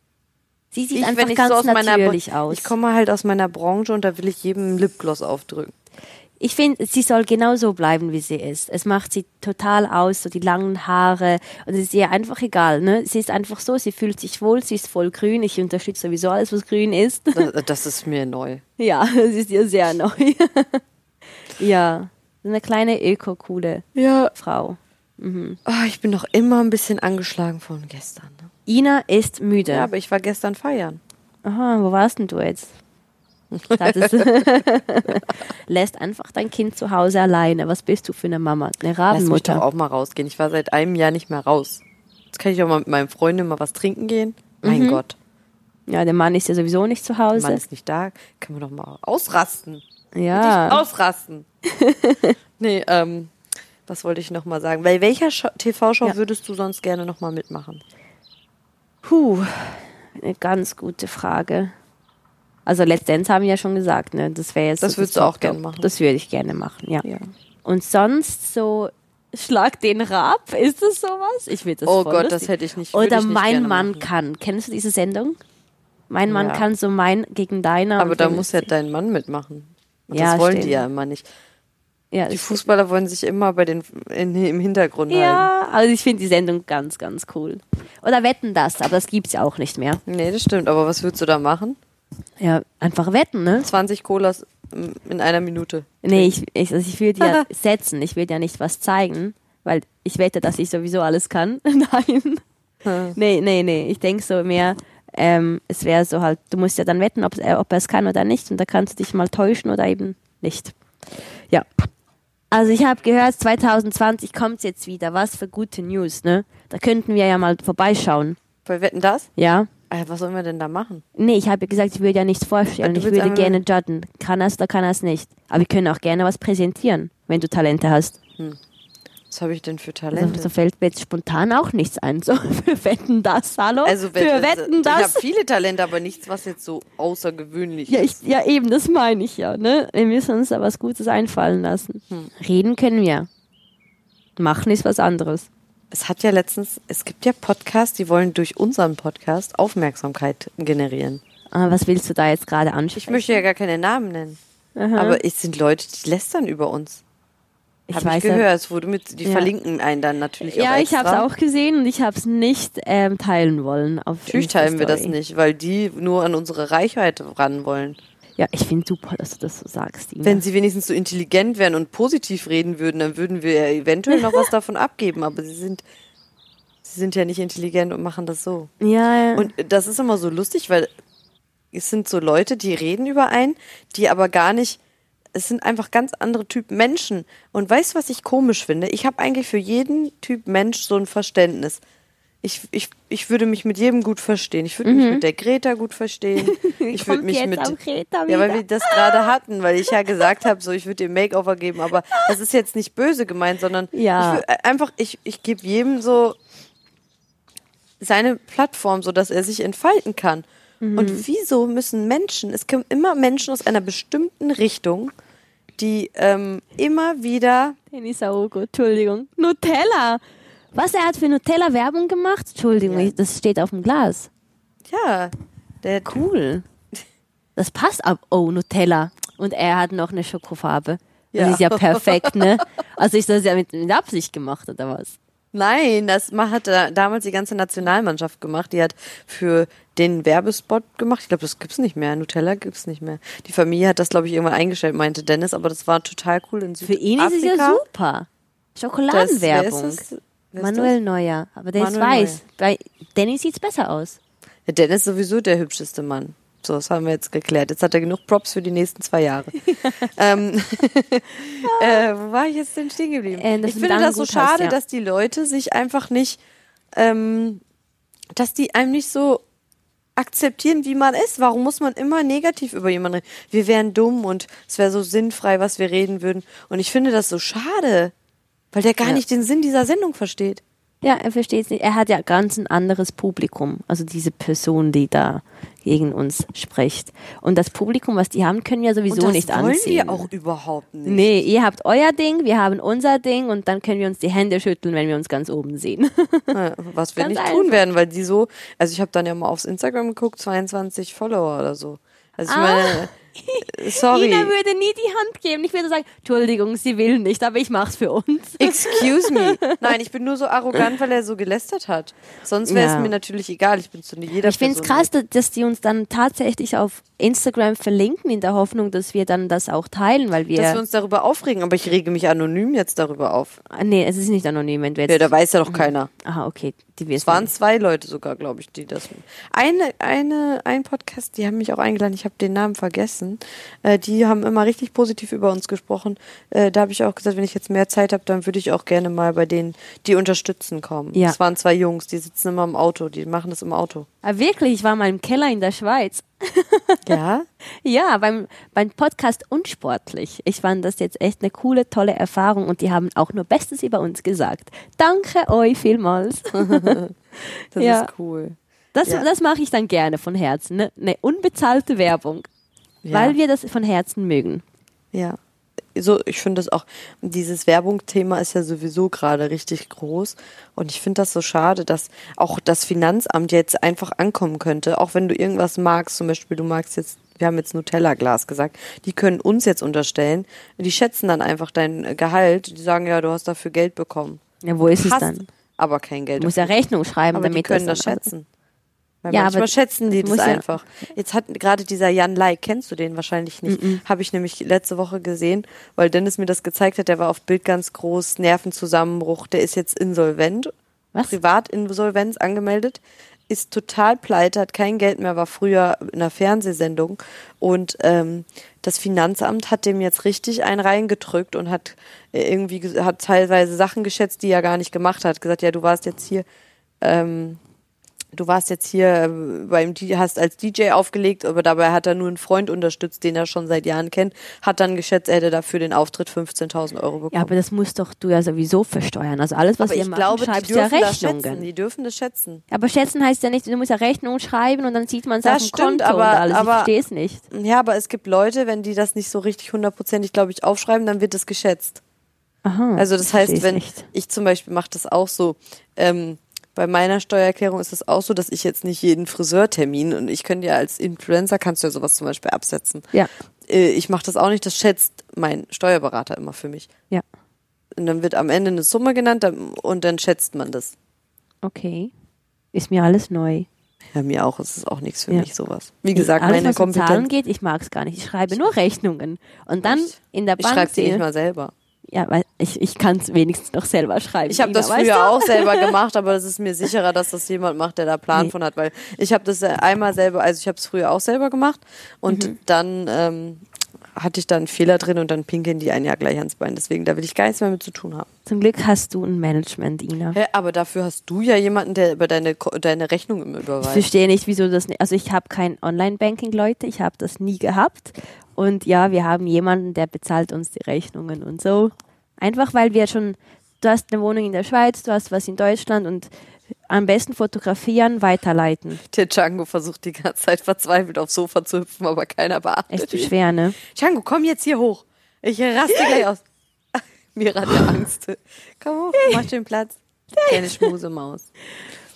Speaker 1: Sie sieht
Speaker 2: ich,
Speaker 1: einfach
Speaker 2: wenn ich
Speaker 1: ganz
Speaker 2: so aus meiner Bra-
Speaker 1: natürlich aus.
Speaker 2: Ich komme halt aus meiner Branche und da will ich jedem einen Lipgloss aufdrücken.
Speaker 1: Ich finde, sie soll genau so bleiben, wie sie ist. Es macht sie total aus, so die langen Haare. Und es ist ihr einfach egal, ne? Sie ist einfach so, sie fühlt sich wohl, sie ist voll grün. Ich unterstütze sowieso alles, was grün ist.
Speaker 2: Das, das ist mir neu.
Speaker 1: ja, das ist ihr sehr neu. ja, so eine kleine öko-coole
Speaker 2: Ja,
Speaker 1: Frau.
Speaker 2: Ah, ich bin noch immer ein bisschen angeschlagen von gestern. Ne?
Speaker 1: Ina ist müde.
Speaker 2: Ja, aber ich war gestern feiern.
Speaker 1: Aha, wo warst denn du jetzt? Das ist Lässt einfach dein Kind zu Hause alleine. Was bist du für eine Mama? Eine
Speaker 2: Lass mich doch
Speaker 1: Rabenmutter.
Speaker 2: auch mal rausgehen. Ich war seit einem Jahr nicht mehr raus. Jetzt kann ich auch mal mit meinen Freunden mal was trinken gehen.
Speaker 1: Mhm.
Speaker 2: Mein Gott,
Speaker 1: Ja, der Mann ist ja sowieso nicht zu
Speaker 2: der Mann
Speaker 1: Hause.
Speaker 2: ist nicht da. Kann man doch mal ausrasten.
Speaker 1: Ja.
Speaker 2: Nicht ausrasten. nee, ähm, was wollte ich noch mal sagen? Bei welcher Scho- TV-Show
Speaker 1: Ja.
Speaker 2: würdest du sonst gerne noch mal mitmachen?
Speaker 1: Puh, eine ganz gute Frage. Also Let's Dance haben wir ja schon gesagt, ne? Das wäre jetzt.
Speaker 2: Das
Speaker 1: so
Speaker 2: würdest du
Speaker 1: Top,
Speaker 2: auch gerne
Speaker 1: Top.
Speaker 2: machen.
Speaker 1: Das würde ich gerne machen, ja. Und sonst so Schlag den Rab, ist das sowas? Ich würde das
Speaker 2: Oh
Speaker 1: voll
Speaker 2: Gott,
Speaker 1: lustig.
Speaker 2: das hätte ich nicht- würd
Speaker 1: Oder
Speaker 2: ich nicht
Speaker 1: Mein
Speaker 2: gerne
Speaker 1: Mann
Speaker 2: machen.
Speaker 1: kann. Kennst du diese Sendung? Mein Mann
Speaker 2: Ja.
Speaker 1: kann so mein gegen deiner.
Speaker 2: Aber
Speaker 1: und
Speaker 2: da
Speaker 1: dann-
Speaker 2: muss ja dein Mann mitmachen. Und
Speaker 1: Ja,
Speaker 2: das wollen
Speaker 1: stimmt.
Speaker 2: die ja immer nicht.
Speaker 1: ja,
Speaker 2: Die
Speaker 1: es-
Speaker 2: Fußballer wollen sich immer bei den in, im Hintergrund halten.
Speaker 1: Ja, also ich finde die Sendung ganz, ganz cool. Oder wetten das, aber das gibt's ja auch nicht mehr.
Speaker 2: Nee, das stimmt. Aber was würdest du da machen?
Speaker 1: Ja, einfach wetten, ne?
Speaker 2: 20 Colas mm, in einer Minute.
Speaker 1: Nee, ich, ich, also ich würde ja setzen, ich würde ja nicht was zeigen, weil ich wette, dass ich sowieso alles kann. Nein. Nee, nee, nee. Ich denke so mehr, ähm, es wäre so halt, du musst ja dann wetten, ob, er- ob er es kann oder nicht. Und da kannst du dich mal täuschen oder eben nicht. Ja. Also ich habe gehört, 2020 kommt's jetzt wieder. Was für gute News, ne? Da könnten wir ja mal vorbeischauen.
Speaker 2: Bei Wetten das?
Speaker 1: Ja.
Speaker 2: Ah, Was sollen wir denn da machen?
Speaker 1: Nee, ich habe gesagt, ich würde ja nichts vorstellen.
Speaker 2: Du
Speaker 1: Ich
Speaker 2: willst
Speaker 1: würde
Speaker 2: einfach
Speaker 1: gerne judgen. Kann er es oder kann er es nicht? Aber wir können auch gerne was präsentieren, wenn du Talente hast.
Speaker 2: Was habe ich denn für
Speaker 1: Also,
Speaker 2: Talente?
Speaker 1: so fällt mir jetzt spontan auch nichts ein. So, für Wetten das, hallo?
Speaker 2: Also
Speaker 1: für Wetten
Speaker 2: Ich habe
Speaker 1: das.
Speaker 2: viele Talente, aber nichts, was jetzt so außergewöhnlich
Speaker 1: Ja, ich,
Speaker 2: ist.
Speaker 1: ja, eben, das meine ich ja. Ne? Wir müssen uns da was Gutes einfallen lassen.
Speaker 2: Hm.
Speaker 1: Reden können wir. Machen ist was anderes.
Speaker 2: Es hat ja letztens, es gibt ja Podcasts, die wollen durch unseren Podcast Aufmerksamkeit generieren.
Speaker 1: Aber was willst du da jetzt gerade
Speaker 2: Ich
Speaker 1: ansprechen?
Speaker 2: möchte ja gar keine Namen nennen. Aber es sind Leute, die lästern über uns.
Speaker 1: Ich
Speaker 2: Habe ich
Speaker 1: ja-
Speaker 2: gehört. Es wurde mit, die
Speaker 1: Ja.
Speaker 2: verlinken einen dann natürlich auch
Speaker 1: Ja, ich habe es
Speaker 2: extra.
Speaker 1: auch gesehen und ich habe es nicht ähm, teilen wollen. Auf
Speaker 2: Natürlich teilen wir das
Speaker 1: Insta-Story.
Speaker 2: nicht, weil die nur an unsere Reichweite ran wollen.
Speaker 1: Ja, ich finde super, dass du das so sagst. Ina.
Speaker 2: Wenn sie wenigstens so intelligent wären und positiv reden würden, dann würden wir eventuell noch was davon abgeben. Aber sie sind, sie sind ja nicht intelligent und machen das so.
Speaker 1: ja, ja.
Speaker 2: Und das ist immer so lustig, weil es sind so Leute, die reden über einen, die aber gar nicht. Es sind einfach ganz andere Typen Menschen. Und weißt du, was ich komisch finde? Ich habe eigentlich für jeden Typ Mensch so ein Verständnis. Ich, ich, ich würde mich mit jedem gut verstehen. Ich würde mich mit der Greta gut verstehen. Ich
Speaker 1: Mhm.
Speaker 2: würde
Speaker 1: Kommt
Speaker 2: mich
Speaker 1: jetzt
Speaker 2: mit.
Speaker 1: auch Greta
Speaker 2: ja, weil
Speaker 1: wieder?
Speaker 2: wir das gerade hatten, weil ich ja gesagt habe, so ich würde dem Makeover geben, aber das ist jetzt nicht böse gemeint, sondern
Speaker 1: Ja.
Speaker 2: ich, wür- äh, einfach, ich, ich gebe jedem so seine Plattform, so dass er sich entfalten kann. Und wieso müssen Menschen, es kommen immer Menschen aus einer bestimmten Richtung, die ähm, immer wieder,
Speaker 1: Penny Saogo, Entschuldigung. Nutella! Was, er hat für Nutella Werbung gemacht? Entschuldigung,
Speaker 2: Ja.
Speaker 1: ich- das steht auf dem Glas.
Speaker 2: ja, der
Speaker 1: Cool. Das passt ab. Oh, Nutella. Und er hat noch eine Schokofarbe. Das
Speaker 2: Ja.
Speaker 1: ist ja perfekt, ne? Also ich das ja mit, mit Absicht gemacht, oder was?
Speaker 2: Nein, das ma- hat da- damals die ganze Nationalmannschaft gemacht. Die hat für den Werbespot gemacht. Ich glaube, das gibt's nicht mehr. Nutella gibt's nicht mehr. Die Familie hat das, glaube ich, irgendwann eingestellt, meinte Dennis, aber das war total cool in
Speaker 1: Für
Speaker 2: Südafrika.
Speaker 1: ihn ist es ja super.
Speaker 2: Das- wer ist
Speaker 1: Schokoladenwerbung.
Speaker 2: es? Wer ist
Speaker 1: Manuel Neuer. Aber der ist
Speaker 2: Manuel
Speaker 1: weiß. Bei Danny sieht's besser aus.
Speaker 2: das? Ja, Dennis ist sowieso der hübscheste Mann. So, das haben wir jetzt geklärt. Jetzt hat er genug Props für die nächsten zwei Jahre. ähm, äh, wo war ich jetzt denn stehen geblieben?
Speaker 1: Äh, das
Speaker 2: ich
Speaker 1: mit
Speaker 2: finde das so
Speaker 1: Angebot
Speaker 2: schade,
Speaker 1: hast, ja.
Speaker 2: dass die Leute sich einfach nicht, ähm, dass die einem nicht so akzeptieren, wie man ist. Warum muss man immer negativ über jemanden reden? Wir wären dumm und es wäre so sinnfrei, was wir reden würden. Und ich finde das so schade, weil der gar
Speaker 1: Ja.
Speaker 2: nicht den Sinn dieser Sendung versteht.
Speaker 1: Ja, er versteht es nicht. Er hat ja ganz ein anderes Publikum. Also diese Person, die da gegen uns spricht. Und das Publikum, was die haben, können wir sowieso
Speaker 2: und das
Speaker 1: nicht
Speaker 2: wollen
Speaker 1: ansehen.
Speaker 2: wir auch überhaupt nicht.
Speaker 1: Nee, ihr habt euer Ding, wir haben unser Ding und dann können wir uns die Hände schütteln, wenn wir uns ganz oben sehen.
Speaker 2: Ja, was wir
Speaker 1: Ganz
Speaker 2: nicht
Speaker 1: einfach.
Speaker 2: tun werden, weil die so, also ich habe dann ja mal aufs Instagram geguckt, 22 Follower oder so. Also ich meine, äh, sorry,
Speaker 1: Ah. Ina würde nie die Hand geben. Ich würde sagen, Entschuldigung, sie will nicht, aber ich mach's für uns.
Speaker 2: excuse me. Nein, ich bin nur so arrogant, weil er so gelästert hat. Sonst wäre es
Speaker 1: Ja.
Speaker 2: mir natürlich egal, ich bin zu jeder
Speaker 1: Ich finde es
Speaker 2: Person
Speaker 1: krass, dass- dass die uns dann tatsächlich auf Instagram verlinken, in der Hoffnung, dass wir dann das auch teilen, weil wir.
Speaker 2: dass wir uns darüber aufregen, aber ich rege mich anonym jetzt darüber auf.
Speaker 1: Ah, nee, es ist nicht anonym, wenn du
Speaker 2: Ja,
Speaker 1: jetzt.
Speaker 2: da weiß ja doch keiner.
Speaker 1: Aha, okay, die wir
Speaker 2: Es waren zwei Leute sogar, glaube ich, die das. Eine, eine, ein Podcast, die haben mich auch eingeladen, ich habe den Namen vergessen. Äh, die haben immer richtig positiv über uns gesprochen. Äh, da habe ich auch gesagt, wenn ich jetzt mehr Zeit habe, dann würde ich auch gerne mal bei denen, die unterstützen, kommen.
Speaker 1: Ja.
Speaker 2: Es waren zwei Jungs, die sitzen immer im Auto, die machen das im Auto.
Speaker 1: Ah, wirklich, ich war mal im Keller in der Schweiz.
Speaker 2: Ja?
Speaker 1: Ja, beim, beim Podcast Unsportlich. Ich fand das jetzt echt eine coole, tolle Erfahrung und die haben auch nur Bestes über uns gesagt. Danke euch vielmals.
Speaker 2: Das
Speaker 1: Ja.
Speaker 2: ist cool.
Speaker 1: Das,
Speaker 2: Ja.
Speaker 1: das mache ich dann gerne von Herzen. Ne? Eine unbezahlte Werbung,
Speaker 2: Ja.
Speaker 1: weil wir das von Herzen mögen.
Speaker 2: Ja. So, ich finde das auch, dieses Werbungsthema ist ja sowieso gerade richtig groß. Und ich finde das so schade, dass auch das Finanzamt jetzt einfach ankommen könnte. Auch wenn du irgendwas magst, zum Beispiel du magst jetzt, wir haben jetzt Nutella-Glas gesagt, die können uns jetzt unterstellen. Die schätzen dann einfach dein äh, Gehalt. Die sagen, ja, du hast dafür Geld bekommen.
Speaker 1: Ja, wo ist es
Speaker 2: Hast
Speaker 1: dann?
Speaker 2: aber kein Geld.
Speaker 1: Du musst ja Rechnung schreiben,
Speaker 2: aber
Speaker 1: damit
Speaker 2: die können
Speaker 1: das,
Speaker 2: das, schätzen. Weil
Speaker 1: Ja,
Speaker 2: ja, manchmal
Speaker 1: aber
Speaker 2: schätzen die
Speaker 1: muss
Speaker 2: das
Speaker 1: ja-
Speaker 2: einfach. Jetzt hat gerade dieser Jan Lai, kennst du den wahrscheinlich nicht, habe ich nämlich letzte Woche gesehen, weil Dennis mir das gezeigt hat, der war auf Bild ganz groß, Nervenzusammenbruch, der ist jetzt insolvent,
Speaker 1: Was?
Speaker 2: Privatinsolvenz angemeldet, ist total pleite, hat kein Geld mehr, war früher in einer Fernsehsendung und ähm, das Finanzamt hat dem jetzt richtig einen reingedrückt und hat äh, irgendwie ges- hat teilweise Sachen geschätzt, die er gar nicht gemacht hat, gesagt, ja, du warst jetzt hier ähm, du warst jetzt hier ähm, beim D hast als DJ aufgelegt, aber dabei hat er nur einen Freund unterstützt, den er schon seit Jahren kennt, hat dann geschätzt, er hätte dafür den Auftritt 15.000 Euro bekommen.
Speaker 1: Ja, aber das muss doch du ja sowieso versteuern. Also alles, was
Speaker 2: Aber
Speaker 1: ihr
Speaker 2: ich
Speaker 1: macht,
Speaker 2: glaube, die
Speaker 1: schreibst ja
Speaker 2: dürfen das schätzen.
Speaker 1: Rechnungen.
Speaker 2: Die dürfen das schätzen.
Speaker 1: Aber schätzen heißt ja nicht, du musst ja Rechnungen schreiben und dann sieht man es
Speaker 2: Das
Speaker 1: auf dem
Speaker 2: stimmt,
Speaker 1: Konto
Speaker 2: aber-
Speaker 1: und alles.
Speaker 2: aber-
Speaker 1: ich verstehe es nicht.
Speaker 2: Ja, aber es gibt Leute, wenn die das nicht so richtig hundertprozentig, glaube ich, aufschreiben, dann wird das geschätzt.
Speaker 1: Aha,
Speaker 2: Also das
Speaker 1: ich
Speaker 2: heißt,
Speaker 1: versteh's
Speaker 2: wenn
Speaker 1: nicht.
Speaker 2: ich zum Beispiel mache das auch so. Ähm, bei meiner Steuererklärung ist es auch so, dass ich jetzt nicht jeden Friseurtermin und ich könnte ja als Influencer kannst du ja sowas zum Beispiel absetzen.
Speaker 1: Ja,
Speaker 2: Äh, ich mache das auch nicht, das schätzt mein Steuerberater immer für mich.
Speaker 1: ja,
Speaker 2: Und dann wird am Ende eine Summe genannt dann- und dann schätzt man das.
Speaker 1: okay. Ist mir alles neu.
Speaker 2: Ja, mir auch, es ist auch nichts für
Speaker 1: Ja.
Speaker 2: mich sowas. Wie gesagt,
Speaker 1: alles,
Speaker 2: meine
Speaker 1: was um Zahlen
Speaker 2: Kompetenz.
Speaker 1: geht, ich mag es gar nicht. Ich schreibe nur Rechnungen. Und dann in der
Speaker 2: Ich
Speaker 1: Bank
Speaker 2: schreibe sie
Speaker 1: sehe-
Speaker 2: nicht mal selber.
Speaker 1: Ja, weil ich, ich kann es wenigstens noch selber schreiben.
Speaker 2: Ich habe
Speaker 1: Ina,
Speaker 2: das
Speaker 1: weißt
Speaker 2: früher
Speaker 1: du?
Speaker 2: auch selber gemacht, aber das ist mir sicherer, dass das jemand macht, der da Plan
Speaker 1: Nee.
Speaker 2: von hat, weil ich habe das äh, einmal selber, also ich habe es früher auch selber gemacht und dann ähm, hatte ich da einen Fehler drin und dann pinkeln die ein Jahr gleich ans Bein. Deswegen, da will ich gar nichts mehr mit zu tun haben.
Speaker 1: Zum Glück hast du ein Management, Ina.
Speaker 2: Hä, aber dafür hast du ja jemanden, der über deine, Ko- deine Rechnung immer
Speaker 1: Ich
Speaker 2: überweist.
Speaker 1: verstehe nicht, wieso das nicht. Also ich habe kein Online-Banking, Leute. Ich habe das nie gehabt. Und ja, wir haben jemanden, der bezahlt uns die Rechnungen und so. Einfach weil wir schon, du hast eine Wohnung in der Schweiz, du hast was in Deutschland und am besten fotografieren, weiterleiten.
Speaker 2: Der Django versucht die ganze Zeit verzweifelt aufs Sofa zu hüpfen, aber keiner beachtet.
Speaker 1: Echt schwer, ne?
Speaker 2: Django, komm jetzt hier hoch. Ich raste gleich aus. Mira hat ja Angst. Komm hoch, mach den Platz. Kleine Schmusemaus.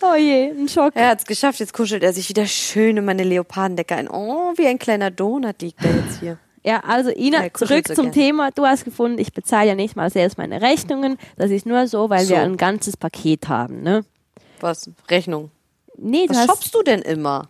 Speaker 1: Oh je, ein Schock.
Speaker 2: Er hat's geschafft, jetzt kuschelt er sich wieder schön in meine Leopardendecke ein. Oh, wie ein kleiner Donut liegt er jetzt hier.
Speaker 1: Ja, also Ina,
Speaker 2: Ja,
Speaker 1: zurück
Speaker 2: kuschelt so
Speaker 1: zum
Speaker 2: gern.
Speaker 1: Thema. Du hast gefunden, ich bezahle ja nicht mal selbst meine Rechnungen. Das ist nur so, weil
Speaker 2: So.
Speaker 1: wir ein ganzes Paket haben, ne?
Speaker 2: Was? Rechnung.
Speaker 1: Nee,
Speaker 2: Was
Speaker 1: das,
Speaker 2: shoppst du denn immer?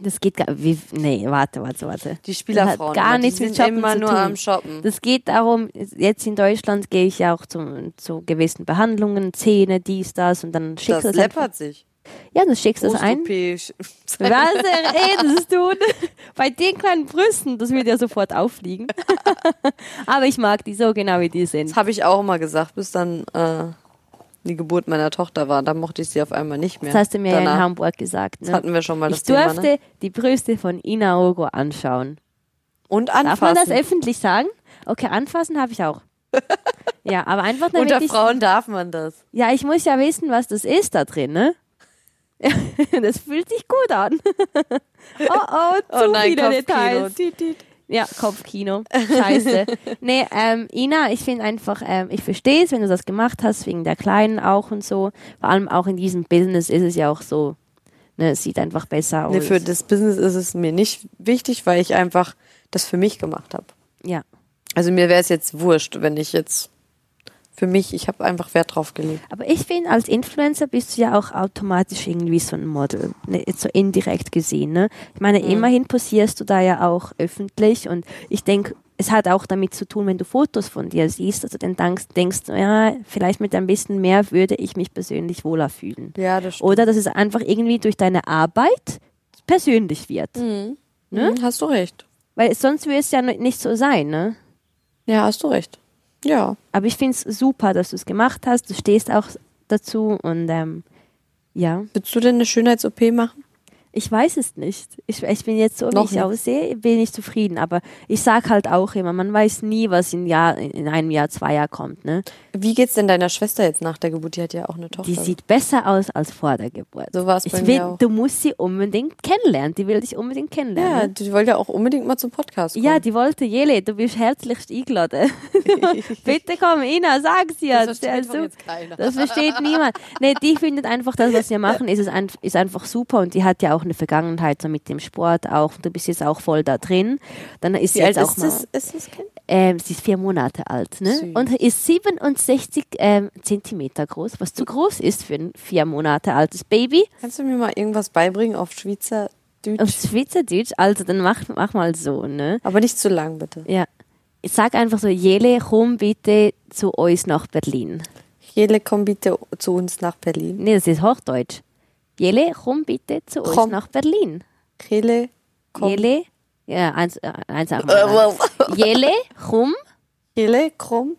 Speaker 1: das geht gar wie, Nee, warte, warte, warte.
Speaker 2: Die
Speaker 1: Das
Speaker 2: Spielerfrauen.
Speaker 1: hat gar
Speaker 2: immer, die
Speaker 1: nichts mit
Speaker 2: sind
Speaker 1: Shoppen
Speaker 2: immer
Speaker 1: zu
Speaker 2: nur
Speaker 1: tun.
Speaker 2: am Shoppen.
Speaker 1: Das geht darum, jetzt in Deutschland gehe ich ja auch zum, zu gewissen Behandlungen, Zähne, dies, das und dann
Speaker 2: Das
Speaker 1: schickst du das einfach-
Speaker 2: läppert sich.
Speaker 1: Ja, dann schickst du das ein.
Speaker 2: Osteuropäisch.
Speaker 1: Was redest du? eh Bei den kleinen Brüsten, das wird ja sofort auffliegen. Aber ich mag die so genau, wie die sind.
Speaker 2: Das habe ich auch immer gesagt, bis dann äh, die Geburt meiner Tochter war. Da mochte ich sie auf einmal nicht mehr.
Speaker 1: Das hast du mir ja in
Speaker 2: Danach.
Speaker 1: Hamburg gesagt. Ne?
Speaker 2: Das hatten wir schon mal das
Speaker 1: ich
Speaker 2: Thema.
Speaker 1: durfte
Speaker 2: Ne?
Speaker 1: die Brüste von Ina Ogo anschauen.
Speaker 2: Und
Speaker 1: Darf man das
Speaker 2: anfassen.
Speaker 1: öffentlich sagen? Okay, anfassen habe ich auch. ja, aber einfach damit
Speaker 2: Unter
Speaker 1: ich,
Speaker 2: Frauen darf man das.
Speaker 1: Ja, ich muss ja wissen, was das ist da drin, ne? das fühlt sich gut an. oh oh, zu
Speaker 2: Oh nein,
Speaker 1: viele
Speaker 2: Kopfkino.
Speaker 1: Details. Ja, Kopfkino. Scheiße. nee, ähm, Ina, ich finde einfach, ähm, ich verstehe es, wenn du das gemacht hast, wegen der Kleinen auch und so. Vor allem auch in diesem Business ist es ja auch so, ne, es sieht einfach besser aus.
Speaker 2: Nee, Ne, für das Business ist es mir nicht wichtig, weil ich einfach das für mich gemacht habe.
Speaker 1: ja.
Speaker 2: Also mir wäre es jetzt wurscht, wenn ich jetzt für mich, ich habe einfach Wert drauf gelegt.
Speaker 1: Aber ich finde, als Influencer bist du ja auch automatisch irgendwie so ein Model, ne, jetzt so indirekt gesehen. Ne? Ich meine, immerhin posierst du da ja auch öffentlich und ich denke, es hat auch damit zu tun, wenn du Fotos von dir siehst, dass du dann denkst, denkst ja, vielleicht mit ein bisschen mehr würde ich mich persönlich wohler fühlen.
Speaker 2: Ja, das
Speaker 1: Oder dass es einfach irgendwie durch deine Arbeit persönlich wird.
Speaker 2: Ne? Hast du recht.
Speaker 1: Weil sonst würde es ja nu- nicht so sein, ne?
Speaker 2: Ja, hast du recht. Ja.
Speaker 1: Aber ich finde es super, dass du es gemacht hast. Du stehst auch dazu und ähm, ja.
Speaker 2: Willst du denn eine Schönheits-OP machen?
Speaker 1: Ich weiß es nicht. Ich, ich bin jetzt so, wie
Speaker 2: Noch
Speaker 1: ich
Speaker 2: nicht.
Speaker 1: aussehe, bin ich zufrieden. Aber ich sag halt auch immer, man weiß nie, was in, Jahr, in einem Jahr, zwei Jahr kommt. Ne?
Speaker 2: Wie geht's denn deiner Schwester jetzt nach der Geburt? Die hat ja auch eine Tochter.
Speaker 1: Die sieht besser aus als vor der Geburt.
Speaker 2: So war's
Speaker 1: Ich
Speaker 2: bei mir
Speaker 1: will,
Speaker 2: auch.
Speaker 1: Du musst sie unbedingt kennenlernen. Die will dich unbedingt
Speaker 2: ja,
Speaker 1: kennenlernen. ne?
Speaker 2: die wollte ja auch unbedingt mal zum Podcast kommen.
Speaker 1: Ja, die wollte Jele, du bist herzlichst eingeladen. Bitte komm, Ina, sag's ihr.
Speaker 2: also Das versteht doch jetzt keiner.
Speaker 1: Das versteht niemand. Nee, die findet einfach das, was wir machen, ist, es ein, ist einfach super und die hat ja auch eine Vergangenheit so mit dem Sport auch. Du bist jetzt auch voll da drin. Dann ist sie
Speaker 2: Wie alt
Speaker 1: jetzt auch
Speaker 2: ist
Speaker 1: mal.
Speaker 2: das, ist das Kind?
Speaker 1: Ähm, sie ist vier Monate alt ne?
Speaker 2: Süß.
Speaker 1: und ist 67 ähm, Zentimeter groß, was zu groß ist für ein vier Monate altes Baby.
Speaker 2: Kannst du mir mal irgendwas beibringen auf Schweizerdeutsch?
Speaker 1: Auf Schweizerdeutsch, also dann mach, mach mal so, ne?
Speaker 2: Aber nicht zu lang, bitte.
Speaker 1: Ja. Ich sag einfach so, Jele, komm bitte zu uns nach Berlin.
Speaker 2: Jele, komm bitte zu uns nach Berlin.
Speaker 1: Nee, das ist Hochdeutsch. Jele, komm bitte zu
Speaker 2: Komm.
Speaker 1: uns nach Berlin.
Speaker 2: Jele, komm.
Speaker 1: Jele, ja, eins, äh, eins auch mal. Jele, komm
Speaker 2: Jele, komm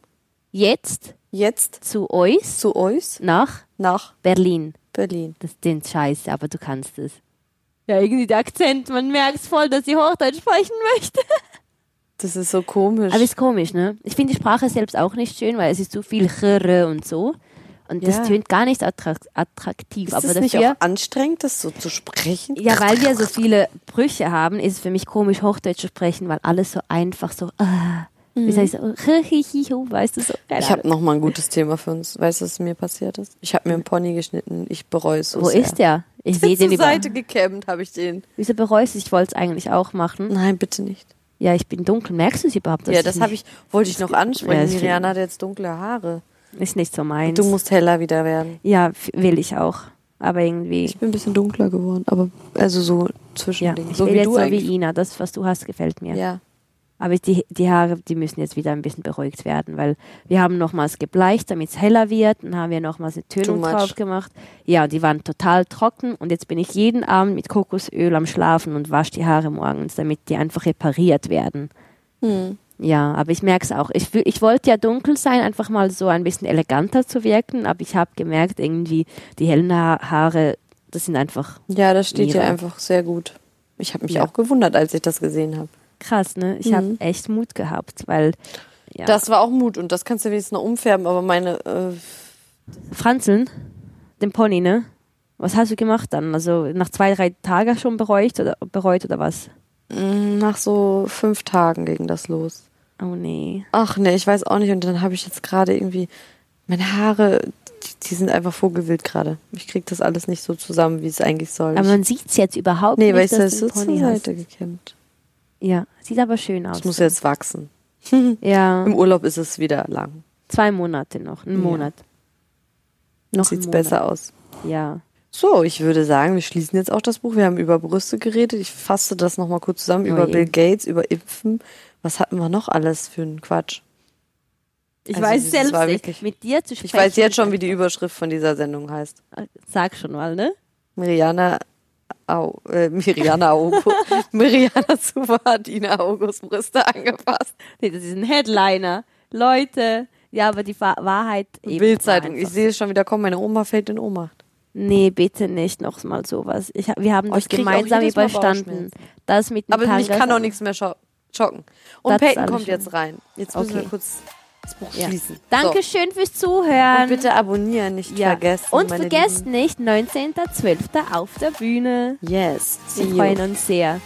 Speaker 1: jetzt
Speaker 2: jetzt
Speaker 1: zu uns
Speaker 2: zu uns
Speaker 1: nach
Speaker 2: nach
Speaker 1: Berlin.
Speaker 2: Berlin.
Speaker 1: Das klingt scheiße, aber du kannst es. Ja, irgendwie der Akzent, man merkt voll, dass sie Hochdeutsch sprechen möchte.
Speaker 2: Das ist so komisch.
Speaker 1: Aber ist komisch, ne? Ich finde die Sprache selbst auch nicht schön, weil es ist zu viel Chöre und so. Und das
Speaker 2: Ja.
Speaker 1: tönt gar nicht attrakt attraktiv.
Speaker 2: ist
Speaker 1: aber
Speaker 2: es
Speaker 1: dafür,
Speaker 2: nicht auch anstrengend, das so zu sprechen?
Speaker 1: ja, weil wir so viele Brüche haben, ist es für mich komisch, Hochdeutsch zu sprechen, weil alles so einfach so, ah, wie sag ich so, weißt du so. keine
Speaker 2: Ich
Speaker 1: Ahnung.
Speaker 2: habe noch mal ein gutes Thema für uns. Weißt du, was mir passiert ist? Ich habe mir einen Pony geschnitten. Ich bereue es so
Speaker 1: Wo
Speaker 2: sehr.
Speaker 1: ist der? Ich sehe
Speaker 2: Zur
Speaker 1: den über.
Speaker 2: Seite gekämmt habe ich den.
Speaker 1: Wieso bereust du es? Ich wollte es eigentlich auch machen.
Speaker 2: Nein, bitte nicht.
Speaker 1: Ja, ich bin dunkel. Merkst du es überhaupt? dass
Speaker 2: ja, das habe ich, wollte ich noch
Speaker 1: Ja,
Speaker 2: ansprechen.
Speaker 1: das-
Speaker 2: Miriana hat jetzt dunkle Haare.
Speaker 1: Ist nicht so meins.
Speaker 2: Du musst heller wieder werden.
Speaker 1: ja, f- will ich auch. Aber irgendwie.
Speaker 2: Ich bin ein bisschen dunkler geworden, aber also so zwischen
Speaker 1: ja,
Speaker 2: Dingen.
Speaker 1: ich
Speaker 2: So
Speaker 1: will
Speaker 2: wie
Speaker 1: jetzt
Speaker 2: du
Speaker 1: so
Speaker 2: eigentlich.
Speaker 1: wie Ina. Das, was du hast, gefällt mir.
Speaker 2: ja.
Speaker 1: Aber die, die Haare, die müssen jetzt wieder ein bisschen beruhigt werden, weil wir haben nochmals gebleicht, damit es heller wird. Dann haben wir nochmals eine Tönung
Speaker 2: Too much.
Speaker 1: drauf gemacht. Ja, die waren total trocken. Und jetzt bin ich jeden Abend mit Kokosöl am Schlafen und wasche die Haare morgens, damit die einfach repariert werden.
Speaker 2: Hm.
Speaker 1: Ja, aber ich merke es auch. Ich, wü- ich wollte ja dunkel sein, einfach mal so ein bisschen eleganter zu wirken, aber ich habe gemerkt, irgendwie die hellen ha Haare, das sind einfach
Speaker 2: Ja, das steht
Speaker 1: Mira.
Speaker 2: hier einfach sehr gut. Ich habe mich
Speaker 1: Ja.
Speaker 2: auch gewundert, als ich das gesehen habe.
Speaker 1: krass, ne? Ich
Speaker 2: Mhm.
Speaker 1: habe echt Mut gehabt, weil ja.
Speaker 2: Das war auch Mut und das kannst du wenigstens noch umfärben, aber meine äh,
Speaker 1: Franzeln, den Pony, ne? Was hast du gemacht dann? Also nach zwei, drei Tagen schon bereut oder, bereut oder was? Mhm,
Speaker 2: nach so fünf Tagen ging das los.
Speaker 1: Oh nee.
Speaker 2: Ach ne, ich weiß auch nicht. Und dann habe ich jetzt gerade irgendwie meine Haare, die, die sind einfach vogelwild gerade. Ich krieg das alles nicht so zusammen, wie es eigentlich soll.
Speaker 1: Aber man sieht es jetzt überhaupt
Speaker 2: nee,
Speaker 1: nicht,
Speaker 2: weil ich
Speaker 1: dass
Speaker 2: das
Speaker 1: du
Speaker 2: so
Speaker 1: einen
Speaker 2: zur
Speaker 1: Pony hast.
Speaker 2: Seite gekämmt.
Speaker 1: Ja, sieht aber schön aus.
Speaker 2: Das muss jetzt wachsen.
Speaker 1: ja,
Speaker 2: Im Urlaub ist es wieder lang.
Speaker 1: zwei Monate noch. Einen Monat. Noch
Speaker 2: Sieht's
Speaker 1: einen Monat.
Speaker 2: besser aus.
Speaker 1: Ja.
Speaker 2: So, ich würde sagen, wir schließen jetzt auch das Buch. Wir haben über Brüste geredet. Ich fasse das nochmal kurz zusammen. Über
Speaker 1: Oje.
Speaker 2: Bill Gates, über Impfen. Was hatten wir noch alles für einen Quatsch?
Speaker 1: Ich
Speaker 2: Also
Speaker 1: weiß
Speaker 2: dieses
Speaker 1: selbst
Speaker 2: war
Speaker 1: nicht,
Speaker 2: wirklich-
Speaker 1: mit dir zu sprechen.
Speaker 2: Ich weiß jetzt schon, wie die Überschrift von dieser Sendung heißt.
Speaker 1: Sag schon mal, ne?
Speaker 2: Miriana Au, äh, Miriana Augo, Miriana Zuber hat Ina August Brüste angepasst.
Speaker 1: Nee, das ist ein Headliner. Leute. Ja, aber die Wa- Wahrheit eben.
Speaker 2: Bildzeitung.
Speaker 1: war
Speaker 2: Ich
Speaker 1: einfach-
Speaker 2: sehe es schon wieder kommen. Meine Oma fällt in Ohnmacht.
Speaker 1: Nee, bitte nicht nochmal sowas. Ich, ha- wir haben
Speaker 2: Oh,
Speaker 1: das
Speaker 2: ich krieg auch
Speaker 1: gemeinsam
Speaker 2: jedes Mal
Speaker 1: überstanden. Das mit dem
Speaker 2: Aber ich
Speaker 1: Tangas-
Speaker 2: kann auch nichts mehr scho schocken. Und
Speaker 1: Das ist
Speaker 2: Peyton
Speaker 1: alles
Speaker 2: kommt
Speaker 1: schön.
Speaker 2: jetzt rein. Jetzt müssen
Speaker 1: Okay.
Speaker 2: wir kurz das Buch
Speaker 1: Ja.
Speaker 2: schließen. So.
Speaker 1: Dankeschön fürs Zuhören.
Speaker 2: Und bitte abonnieren, nicht
Speaker 1: Ja.
Speaker 2: vergessen.
Speaker 1: Und
Speaker 2: meine
Speaker 1: vergesst nicht, 19.12. auf der Bühne.
Speaker 2: Lieben. Yes.
Speaker 1: Wir
Speaker 2: see you.
Speaker 1: freuen uns sehr.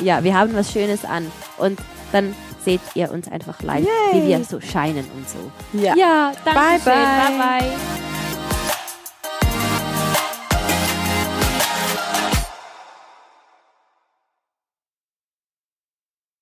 Speaker 1: Ja, wir haben was Schönes an. Und dann seht ihr uns einfach live, wie wir so scheinen und so.
Speaker 2: Ja.
Speaker 1: Ja, danke
Speaker 2: Bye,
Speaker 1: schön.
Speaker 2: bye.
Speaker 1: bye, bye.